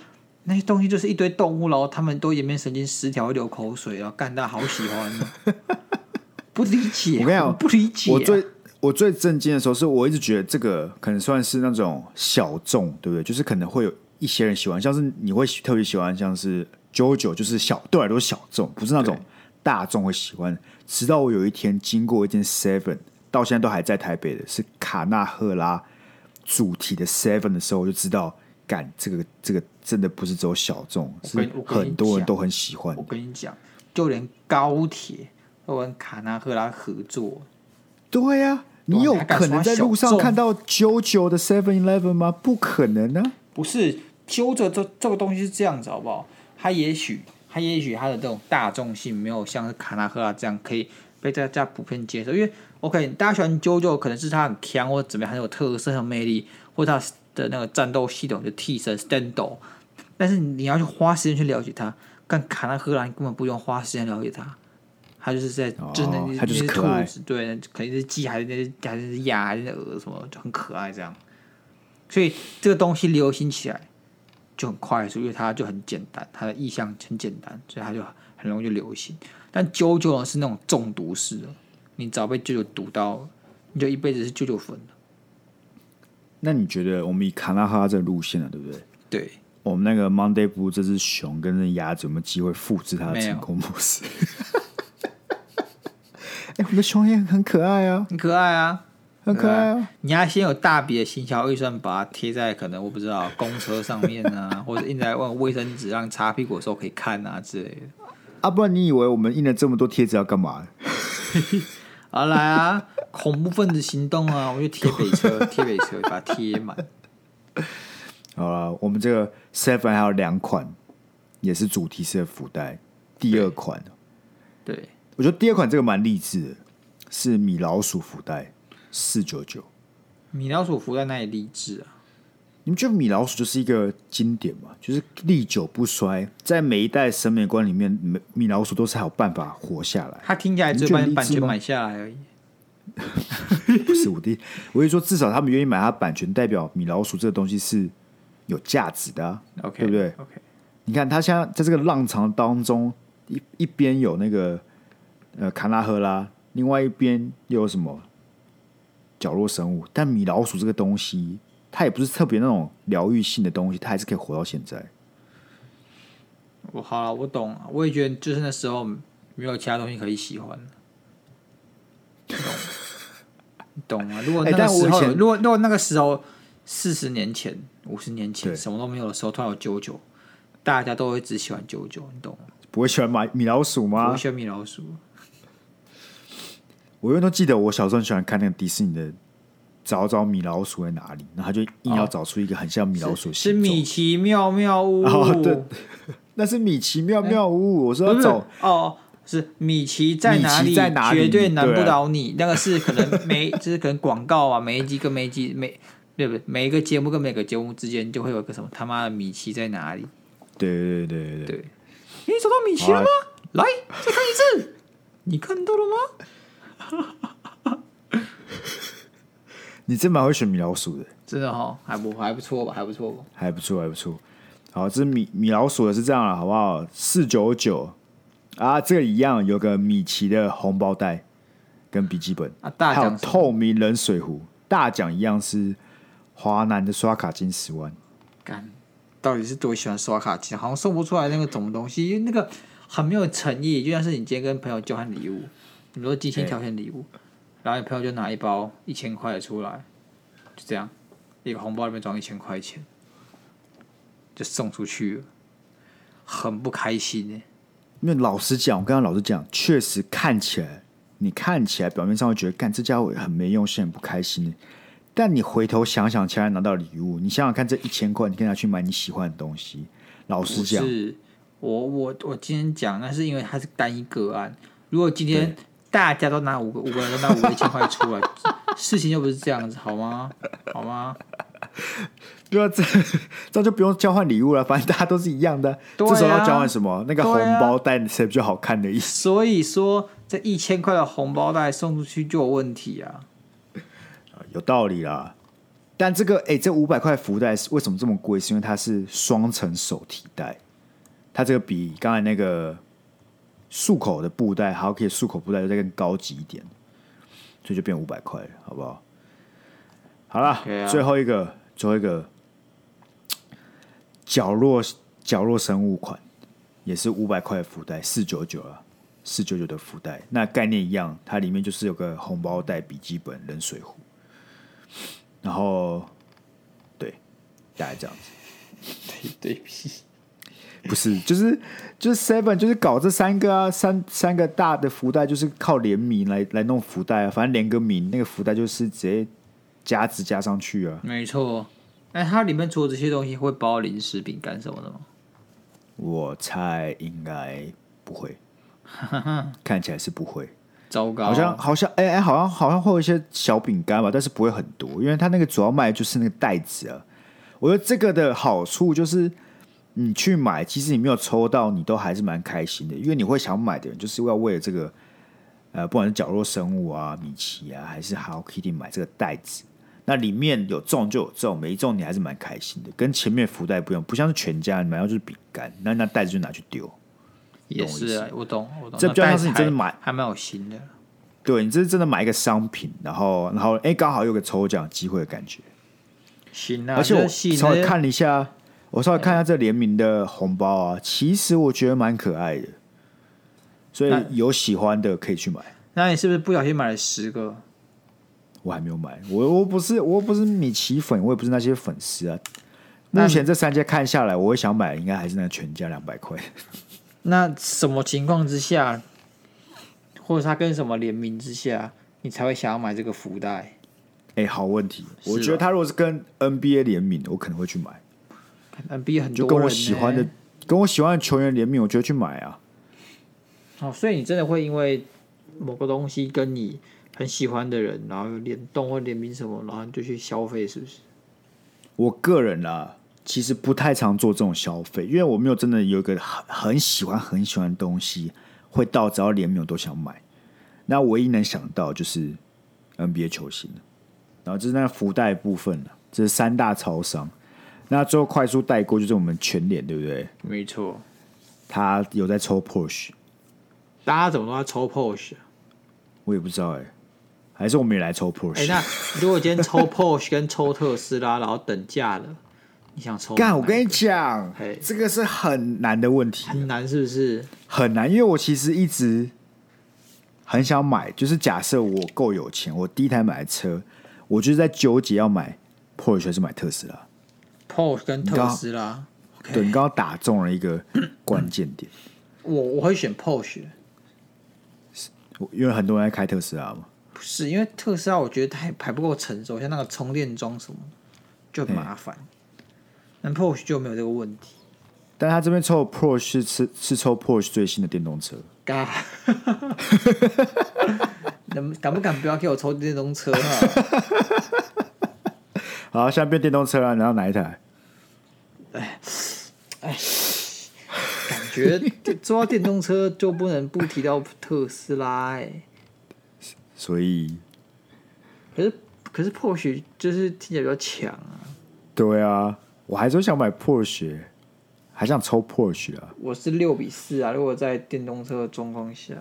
B: 那些东西就是一堆动物，然后他们都颜面神经失调，会流口水，然后干大家好喜欢哦， 不理解，
A: 我跟你讲
B: 不理解啊、
A: 我最我最震惊的时候，是我一直觉得这个可能算是那种小众，对不对？就是可能会有一些人喜欢，像是你会喜特别喜欢，像是 JoJo，就是小对我来说小众，不是那种大众会喜欢。直到我有一天经过一间 Seven，到现在都还在台北的，是卡纳赫拉主题的 Seven 的时候，我就知道，干这个这个真的不是只有小众，
B: 我
A: 是
B: 跟我跟你
A: 很多人
B: 讲
A: 都很喜欢
B: 我。跟你讲，就连高铁都跟卡纳赫拉合作，
A: 对呀、你有
B: 还敢
A: 可能
B: 说
A: 在路
B: 小
A: 上
B: 众
A: 看到 JoJo 的 Seven Eleven 吗？不可能啊！
B: 不是揪着这这个东西是这样子好不好？它也许它也许它的这种大众性没有像是卡纳赫拉啊这样可以被大家普遍接受，因为 OK 大家喜欢啾啾，可能是它很强或者怎么样，很有特色、很有魅力，或者它的那个战斗系统就替身 stando，但是你要去花时间去了解它，但卡纳赫拉你根本不用花时间了解它。它就是在，
A: 哦
B: 真的，那
A: 它就是
B: 那
A: 可爱
B: 兔子，对，肯定是鸡，还是那只还是那只鸭，还是那只鹅什么，就很可爱这样。所以这个东西流行起来就很快速，因为它就很简单，它的意向很简单，所以它就很容易就流行。但啾啾呢是那种中毒式的，你只要被啾啾毒到，你就一辈子是啾啾粉了。
A: 那你觉得我们以卡纳哈这个路线了、啊对不对？
B: 对，
A: 我们那个 Monday Blue 这只熊跟那鸭子有没有机会复制它的
B: 没有
A: 成功模式？ 哎、我们的熊也很可爱啊，
B: 很可爱啊。
A: 很可爱啊！
B: 你要先有大笔的行销预算，把它贴在可能我不知道公车上面 啊，或者印在用卫生纸让擦屁股的时候可以看啊之类的。
A: 啊，不然你以为我们印了这么多贴纸要干嘛？
B: 好来啊，恐怖分子行动啊，我们就贴北车，贴北车，把它贴满。
A: 好了，我们这个 Seven 还有两款也是主题式的福袋，第二款
B: 对，
A: 我觉得第二款这个蛮励志的，是米老鼠福袋四九九。
B: 米老鼠福袋那里励志啊，
A: 你们觉得米老鼠就是一个经典嘛？就是历久不衰，在每一代审美观里面，米米老鼠都是还有办法活下 来。
B: 它听起来只
A: 你觉
B: 把
A: 得
B: 你
A: 励
B: 版
A: 志
B: 权
A: 吗
B: 买下来而已。
A: 不是我的，我是说，至少他们愿意买它版权，代表米老鼠这个东西是有价值的、啊对
B: OK，
A: 不对？
B: ？OK，
A: 你看它现在在这个浪潮当中，一一边有那个呃卡拉赫拉，另外一边又有什么角落生物，但米老鼠这个东西，它也不是特别那种疗愈性的东西，它还是可以活到现在。
B: 我好了，我懂了，我也觉得就是那时候没有其他东西可以喜欢了，懂 吗？懂吗？如果
A: 哎
B: 那个
A: 但我
B: 时候
A: 以
B: 有，
A: 前
B: 如果如果那个时候四十年前、五十年前
A: 对
B: 什么都没有的时候，突然有九九，大家都会只喜欢九九，你懂吗？
A: 不会喜欢买米老鼠
B: 不
A: 吗
B: 会？喜欢米老鼠，
A: 我永远都记得我小时候很喜欢看那个迪士尼的《找找米老鼠在哪里》，然后他就硬要找出一个很像米老鼠的
B: 哦是
A: 形状
B: 米奇妙妙屋，
A: 哦对那是米奇妙妙屋，我说
B: 不
A: 要
B: 是
A: 找
B: 哦，是米奇在哪
A: 米
B: 里？
A: 奇在哪里
B: 绝对难不
A: 对啊
B: 倒你。那个是可能 每就是可能广告啊，每一集跟每一集每对不对？每一个节目跟每个节目之间就会有个什么他妈的米奇在哪里？
A: 对对对对对，
B: 对，你找到米奇了吗
A: 好？
B: 来，再看一次，你看到了吗？
A: 你真蛮会选米老鼠的。
B: 真的哈，还不还不错吧，还不错吧。
A: 还不错，还不错。好，这米米老鼠的是这样了，好不好？四九九啊，这个一样有个米奇的红包袋跟笔记本
B: 啊大奖
A: 还
B: 是
A: 有
B: 吗
A: 透明冷水壶，大奖一样是华南的刷卡金十万。
B: 干，到底是多喜欢刷卡机？好像送不出来那个什么东西，因为那个很没有诚意。就像是你今天跟朋友交换礼物，你说精心挑选礼物，然后你朋友就拿一包一千块的出来，就这样，一个红包里面装一千块钱，就送出去了，很不开心呢、欸
A: 因为老实讲，我跟他老实讲，确实看起来，你看起来表面上会觉得，干这家伙很没用，是很不开心。但你回头想想，其他人拿到礼物，你想想看，这一千块你可以拿去买你喜欢的东西。老实
B: 不
A: 讲，
B: 是，我我我今天讲，那是因为它是单一个案。如果今天大家都拿五个五个人都拿五个一千块出来，事情又不是这样子，好吗？好吗？
A: 对啊，这这样就不用交换礼物了，反正大家都是一样的。
B: 对啊
A: 这时候要交换什么？那个红
B: 对啊
A: 包袋谁比较好看的意思？
B: 所以说，这一千块的红包袋送出去就有问题啊！
A: 有道理啦。但这个哎、这五百块福袋是为什么这么贵？是因为它是双层手提袋，它这个比刚才那个束口的布袋还要可以束口布袋再更高级一点，所以就变五百块了，好不好？好了
B: OK 啊
A: 最后一个，最后一个角落角落生物款也是五百块的福袋，四九九啊，四九九的福袋，那概念一样，它里面就是有个红包袋、笔记本、冷水壶。然后对，大概这样子，
B: 对对比，
A: 不是就是就是 Seven 就是搞这三个啊，三三个大的福袋就是靠联名来来弄福袋啊，反正联个名，那个福袋就是直接加值加上去啊，
B: 没错。那哎它里面除了这些东西，会包零食、饼干什么的吗？
A: 我猜应该不 会，看起来是不会。
B: 糟糕，
A: 好像好像哎哎、好像好像会有一些小饼干吧，但是不会很多，因为它那个主要卖的就是那个袋子啊。我觉得这个的好处就是，你嗯去买，其实你没有抽到，你都还是蛮开心的，因为你会想买的人就是要为了这个，呃，不管是角落生物啊、米奇啊，还是 Hello Kitty 买这个袋子。那里面有中就有中，没中你还是蛮开心的，跟前面福袋不一样，不像是全家你买到就是饼干，那那袋子就拿去丢。
B: 也是啊
A: 懂，
B: 我懂，我懂。
A: 这比较
B: 那
A: 像是你真的
B: 还
A: 买
B: 还蛮有心的。
A: 对你这是真的买一个商品，然后然后哎，刚好有个抽奖机会的感觉。
B: 行啊，
A: 而且我
B: 就是吸引
A: 稍
B: 那
A: 微
B: 些
A: 看了一下，我
B: 嗯
A: 稍微看一下这联名的红包啊，其实我觉得蛮可爱的，所以
B: 那
A: 有喜欢的可以去买。
B: 那你是不是不小心买了十个？
A: 我还没有买，我我不是我又不是米奇粉，我也不是那些粉丝啊。
B: 那
A: 目前这三家看下来，我会想买，应该还是那个全家两百块。
B: 那什么情况之下，或者他跟什么联名之下，你才会想要买这个福袋？
A: 哎、好问题，
B: 是啊
A: 我觉得
B: 吧
A: 他如果是跟 NBA 联名，我可能会去买，
B: 看 NBA 很多人、
A: 就跟我喜欢的、。跟我喜欢的球员联名，我就会去买啊。
B: 哦，所以你真的会因为某个东西跟你很喜欢的人，然后有联动或联名什么，然后你就去消费，是不是？
A: 我个人啊，其实不太常做这种消费，因为我没有真的有一个很很喜欢很喜欢的东西，会到只要联名我都想买。那唯一能想到就是 NBA 球星了然后这是那个福袋部分了、这是三大超商。那最后快速带过就是我们全联，对不对？
B: 没错，
A: 他有在抽 Porsche，
B: 大家怎么都要抽 Porsche？
A: 我也不知道哎、还是我们也来抽 Porsche？
B: 哎、那如果今天抽 Porsche 跟抽特斯拉，然后等价了，你想抽哪一个？
A: 干，我跟你讲
B: 嘿，
A: 这个是很难的问题。
B: 很难，是不是？
A: 很难，因为我其实一直很想买，就是假设我够有钱，我第一台买的车，我就是在纠结要买 Porsche 还是买特斯拉。
B: Porsche 跟
A: 刚
B: 特
A: 好
B: 斯拉，
A: 对你刚刚打中了一个关键点，
B: 我我会选 Porsche，
A: 我因为很多人在开特斯拉嘛。
B: 不是因为特斯拉，我觉得它还还不够成熟，像那个充电桩什么就很麻烦。那 Porsche 就没有这个问题。
A: 但他这边抽的 Porsche 是是抽 Porsche 最新的电动车，
B: 嘎， 能敢不敢不要给我抽电动车啊？
A: 好，现在变电动车了，你要哪一台？
B: 感觉说到电动车就不能不提到特斯拉哎、
A: 所以，
B: 可是可是 Porsche 就是听起来比较强啊。
A: 对啊，我还是想买 Porsche，还想抽 Porsche 啊
B: 我是六比四啊，如果在电动车的状况下，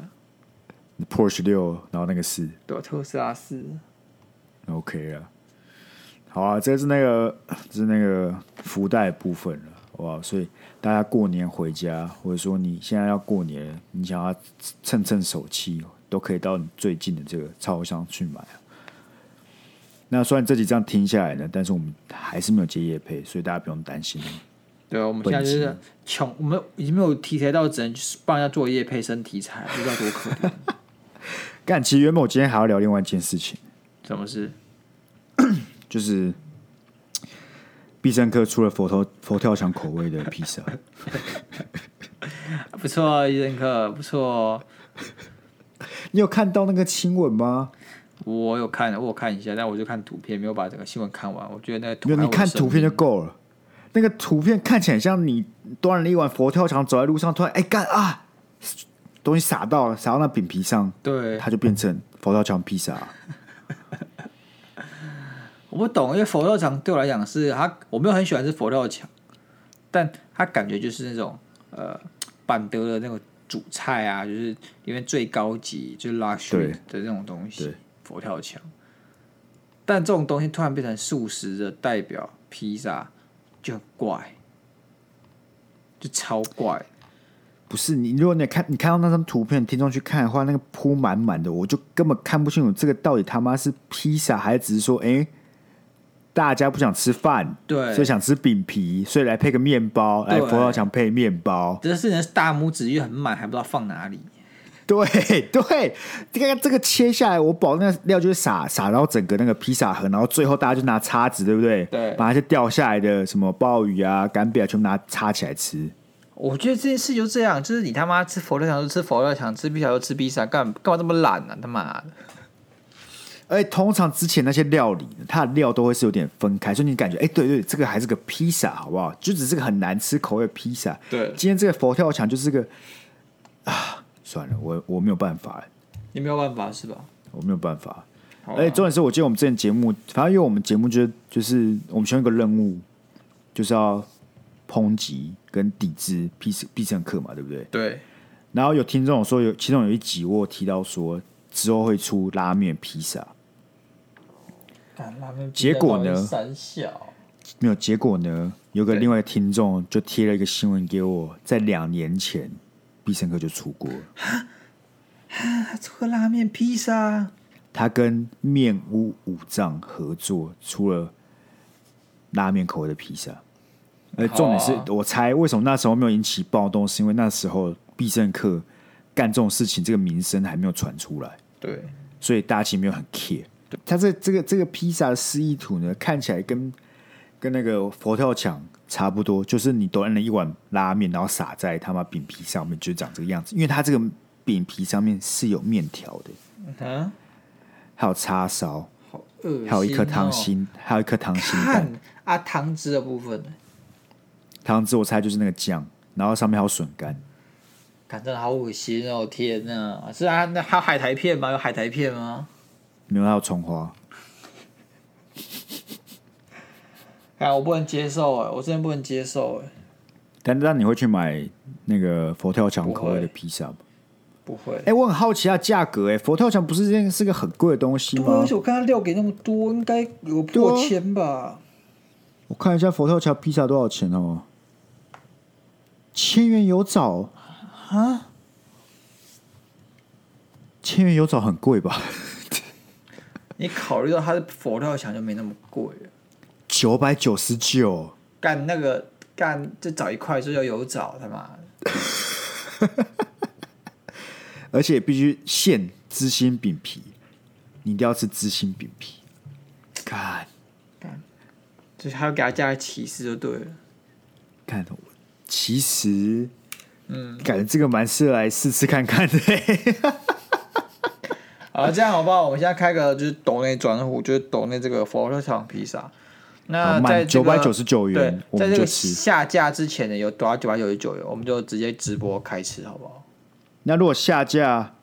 A: ，Porsche 六，然后那个四。
B: 对吧、特斯拉四，
A: OK 了。好啊，这是那个，这是那个福袋部分了。哇！所以大家过年回家，或者说你现在要过年了，你想要蹭蹭手气，都可以到你最近的这个超商去买啊。那虽然这几张听下来呢，但是我们还是没有接业配，所以大家不用担心。
B: 对啊，我们现在就是
A: 本
B: 穷，我们已经没有题材到只能去帮人家做业配生题材，不知道多可 怜。
A: 干，其实原本我今天还要聊另外一件事情，
B: 什么事？
A: 就是必胜客出了佛头佛跳墙口味的披萨。
B: 不错，伊森克，不错，哦
A: 你有看到那个新闻吗？
B: 我有看，我有看一下，但我就看图片，没有把整个新闻看完。我觉得那个图
A: 没有，
B: 案
A: 你
B: 我的
A: 看
B: 生
A: 图片就
B: 命
A: 够了。那个图片看起来很像你端了一碗佛跳墙走在路上，突然哎干啊，东西洒到了，洒到那饼皮上，
B: 对，
A: 它就变成佛跳墙披萨。
B: 我不懂，因为佛跳墙对我来讲是它，我没有很喜欢吃佛跳墙，但它感觉就是那种呃板德的那个主菜啊，就是里面最高级就是 luxury
A: 对
B: 的那种东西
A: 对，
B: 佛跳墙。但这种东西突然变成素食的代表披萨，就很怪，就超怪。
A: 不是你，如果你看你看到那张图片，听众去看的话，那个铺满满的，我就根本看不清楚这个到底他妈是披萨，还是只是说哎、大家不想吃饭，
B: 对
A: 所以想吃饼皮，所以来配个面包，来
B: 对
A: 佛跳墙配面包。
B: 这是人的大拇指又很满，还不知道放哪里。
A: 对对，这个这个切下来，我保证那料就是撒撒到整个那个披萨盒，然后最后大家就拿叉子，对不对？
B: 对
A: 把那些掉下来的什么鲍鱼啊、干贝啊，全部拿叉起来吃。
B: 我觉得这件事就这样，就是你他妈吃佛跳墙就吃佛跳墙，吃披萨就吃披萨，干干嘛这么懒呢、啊？他妈的！
A: 而且通常之前那些料理，它的料都会是有点分开，所以你感觉，哎，对对，这个还是个披萨，好不好？就只是个很难吃口味的披萨。
B: 对
A: 今天这个佛跳墙就是个啊，啊算了，我我没有办法，
B: 你没有办法是吧？
A: 我没有办法。
B: 好啊
A: 而且哎重点是我记得我们之前节目，反正因为我们节目就是就是我们其中一个任务就是要抨击跟抵制必胜必胜客嘛，对不对？
B: 对
A: 然后有听众有说有其中有一集我有提到说之后会出拉面披萨，
B: 干拉面
A: 结果呢
B: 三小
A: 没有结果呢，有个
B: 对
A: 另外的听众就贴了一个新闻给我，在两年前必胜客就出锅了，
B: 他做个拉面披萨，
A: 他跟面屋五藏合作出了拉面口味的披萨。而重点是、
B: 好啊
A: 我猜为什么那时候没有引起暴动，是因为那时候必胜客干这种事情，这个名声还没有传出来，
B: 对，
A: 所以大家其实没有很 care。他这这个这个披萨的示意图呢，看起来跟跟那个佛跳墙差不多，就是你端了一碗拉面，然后撒在他妈饼皮上面，就长这个样子。因为它这个饼皮上面是有面条的，
B: 嗯哼，
A: 还有叉烧，
B: 好恶心、哦，
A: 还有一颗糖，心，哦还有一颗糖心蛋。
B: 看啊糖汁的部分，
A: 糖汁我猜就是那个酱，然后上面还有笋干。
B: 感真的好恶心哦！天呐，是啊，那还有海苔片吗？有海苔片吗？
A: 没有，还有葱花。
B: 哎，我不能接受哎，我真的不能接受哎，
A: 但但你会去买那个佛跳墙口味
B: 不会
A: 的披萨吗？
B: 不会
A: 哎、。我很好奇它价格、哎，佛跳墙不是件是个很贵的东西
B: 对啊，
A: 吗
B: 而？且我看他料给那么多，应该有破
A: 啊
B: 千吧？
A: 我看一下佛跳墙披萨多少钱哦，千元有找啊？千元有找很贵吧？
B: 你考虑到他的佛跳墙就没那么贵了，
A: 九百九十九，
B: 干那个干就找一块就要有找他妈的，
A: 而且必须现芝心饼皮，你一定要吃芝心饼皮。看，
B: 就是还要给他加个起司就对了。
A: 看我，其实，嗯，感觉这个蛮适合来试吃看看的、嘿
B: 好，这样好不好？我们现在开个就是抖内转户，就是抖内这个佛跳墙披萨。 那
A: 好
B: 在
A: 满
B: 这个
A: 999元
B: 对，
A: 我
B: 在
A: 们
B: 这
A: 就
B: 个
A: 吃
B: 下架之前呢，有多少九百九十九元，我们就直接直播开吃，好不好？
A: 那如果下架，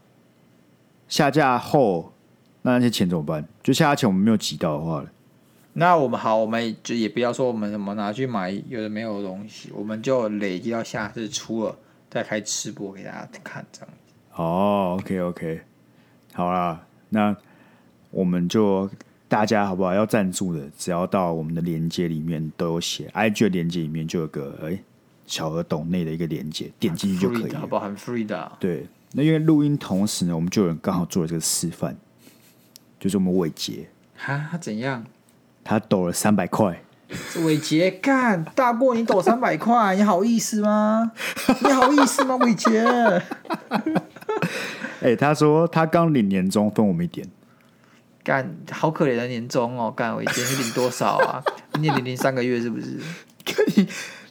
A: 下架后，那那些钱怎么办？就下架前我们没有集到的话了，
B: 那我们好，我们就也不要说我们什么拿去买有的没有的东西，我们就累积到下次出了再开吃播给大家看，这样。
A: 哦，OK OK，好啦，那我们就大家好不好？要赞助的，只要到我们的链接里面都有写，IG 的链接里面就有个哎、小额抖内的一个链接，点进去就可以
B: free 的好
A: 了。
B: 不好？很 free 的啊、
A: 对，那因为录音同时呢，我们就有人刚好做了这个示范，就是我们伟杰，
B: 哈，他怎样？
A: 他抖了三百块，
B: 伟杰，干大过你抖三百块，你好意思 吗？你好意思吗，伟杰？
A: 哎、他说他刚领年终，分我们一点。
B: 干，好可怜的年终哦，干，伟杰你领多少 啊？你也领零三个月是不是？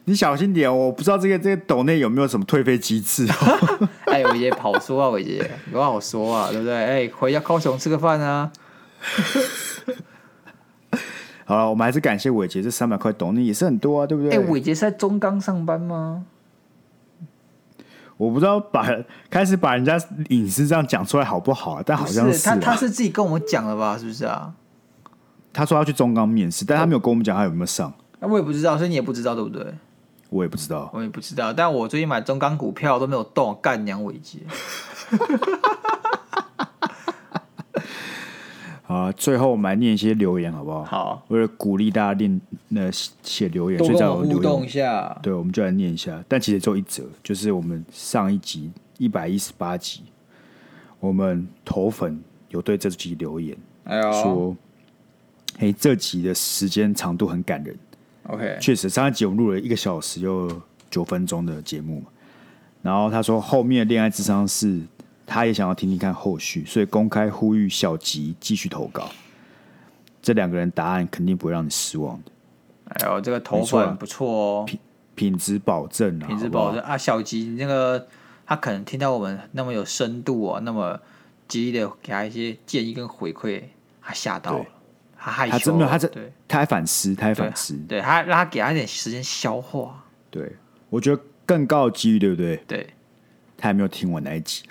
A: 你小心点，哦我不知道这个这个抖内有没有什么退费机制、哦。
B: 哎，伟杰跑说啊，伟杰有话好说啊，对不对？哎，回家高雄吃个饭啊。
A: 好了，我们还是感谢伟杰这三百块抖内也是很多啊，对不对？
B: 哎，伟杰是在中钢上班吗？
A: 我不知道把开始把人家隐私这样讲出来好不好啊、但好
B: 不
A: 像
B: 是，他
A: 啊
B: 他是自己跟我们讲的吧？是不是啊？
A: 他说要去中钢面试，但他没有跟我们讲他有没有上，
B: 那我也不知道，所以你也不知道对不对？
A: 我也不知道。
B: 我也不知道，但我最近买中钢股票都没有动，干娘伟杰。
A: 好啊，最后我们来念一些留言好不好？
B: 好，
A: 为了鼓励大家念呃写留言，
B: 多
A: 所以
B: 跟
A: 在
B: 我们互
A: 留
B: 动一
A: 言，
B: 下。
A: 对，我们就来念一下。但其实就一则，就是我们上一集一百一十八集，我们头粉有对这集留言
B: 哎呦
A: 说，哎、这集的时间长度很感人。
B: ，OK，
A: 确实，上一集我们录了一个小时又九分钟的节目嘛。然后他说，后面的恋爱智商是他也想要听听看后续，所以公开呼吁小吉继续投稿。这两个人答案肯定不会让你失望的，
B: 哎呦，这个头
A: 没错啊
B: 粉不错哦，
A: 品质保证啊，
B: 品质
A: 好不好
B: 保证啊。小吉，你那个他可能听到我们那么有深度哦，那么极力的给他一些建议跟回馈，他吓到了
A: 对，
B: 他害羞
A: 他真的，
B: 了，
A: 他这
B: 对
A: 他还反思，他还
B: 对啊
A: 反思。
B: 对，他让他给他一点时间消化，
A: 对，我觉得更高的机遇，对不对？
B: 对。
A: 他还没有听我那一集，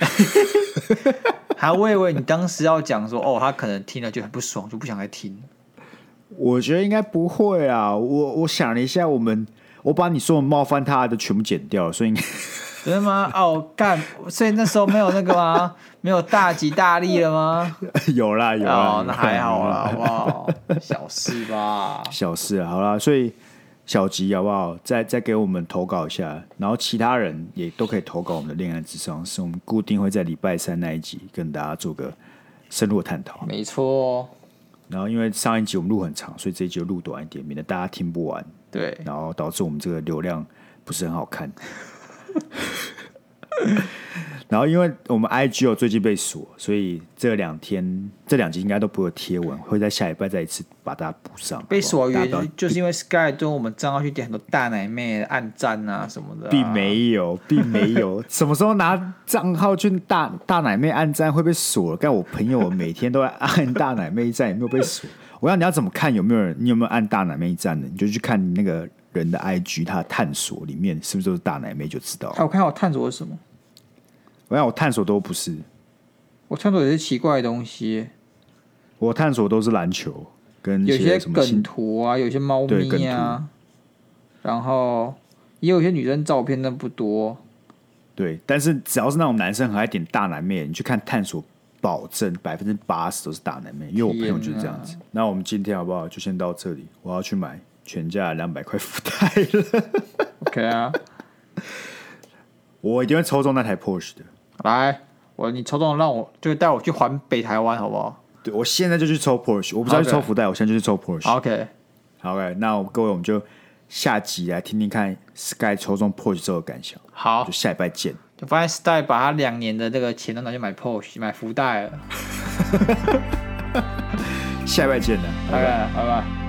B: 还我以为你当时要讲说，哦，他可能听了就很不爽，就不想再听了。
A: 我觉得应该不会啊。我我想了一下，我们我把你说我冒犯他的全部剪掉了，所以应该
B: 真的吗？哦，干，所以那时候没有那个吗？没有大吉大利了吗？
A: 有啦有啦，
B: 哦，那还好啦，
A: 有
B: 好 不好？小事吧。
A: 小事啊好啦，所以小吉好不好？再再给我们投稿一下，然后其他人也都可以投稿我们的恋爱智商，是我们固定会在礼拜三那一集跟大家做个深入的探讨。
B: 没错，
A: 然后因为上一集我们录很长，所以这一集就录短一点，免得大家听不完，
B: 对，
A: 然后导致我们这个流量不是很好看。 然后，因为我们 IG 有最近被锁，所以这两天这两集应该都不会有贴文，会在下礼拜再一次把它补上。好不
B: 被
A: 好
B: 锁的原
A: 大家不要
B: 因就是因为 Sky 对我们账号去点很多大奶妹的暗赞啊什么的、啊，
A: 并没有，并没有。 什么时候拿账号去大大奶妹按赞会被锁？但我朋友每天都在按大奶妹赞，也没有被锁。 我要你要怎么看有没有人？你有没有按大奶妹赞的？你就去看那个人的 IG，他的探索里面是不是都是大奶妹就知道
B: 哎。。我看我探索的是什么？
A: 我想我探索都不是，
B: 我探索有些奇怪的东西，
A: 我探索都是篮球跟一
B: 有些
A: 什么
B: 梗
A: 新
B: 图啊，有些猫
A: 对梗
B: 咪啊
A: 图，
B: 然后也有一些女生照片，但不多。
A: 对，但是只要是那种男生很爱点大男妹，你去看探索，保证百分之八十都是大男妹，因为我朋友就是这样子。那我们今天好不好？就先到这里，我要去买全价两百块福袋了，
B: OK 啊，
A: 我一定会抽中那台 Porsche 的。
B: 来，我你抽中让我就带我去环北台湾，好不好
A: 对，我现在就去抽 Porsche，我不知道去
B: OK
A: 抽福袋，我现在就去抽 Porsche。好
B: ？OK，
A: ，OK，那我各位我们就下集来听听看 Sky 抽中 Porsche 之后的感想，
B: 好
A: 就，下礼拜见。
B: 就发现 Sky 把他两年的这个钱都拿去买 Porsche 买福袋了。
A: 下礼拜见了，拜拜。
B: 拜拜。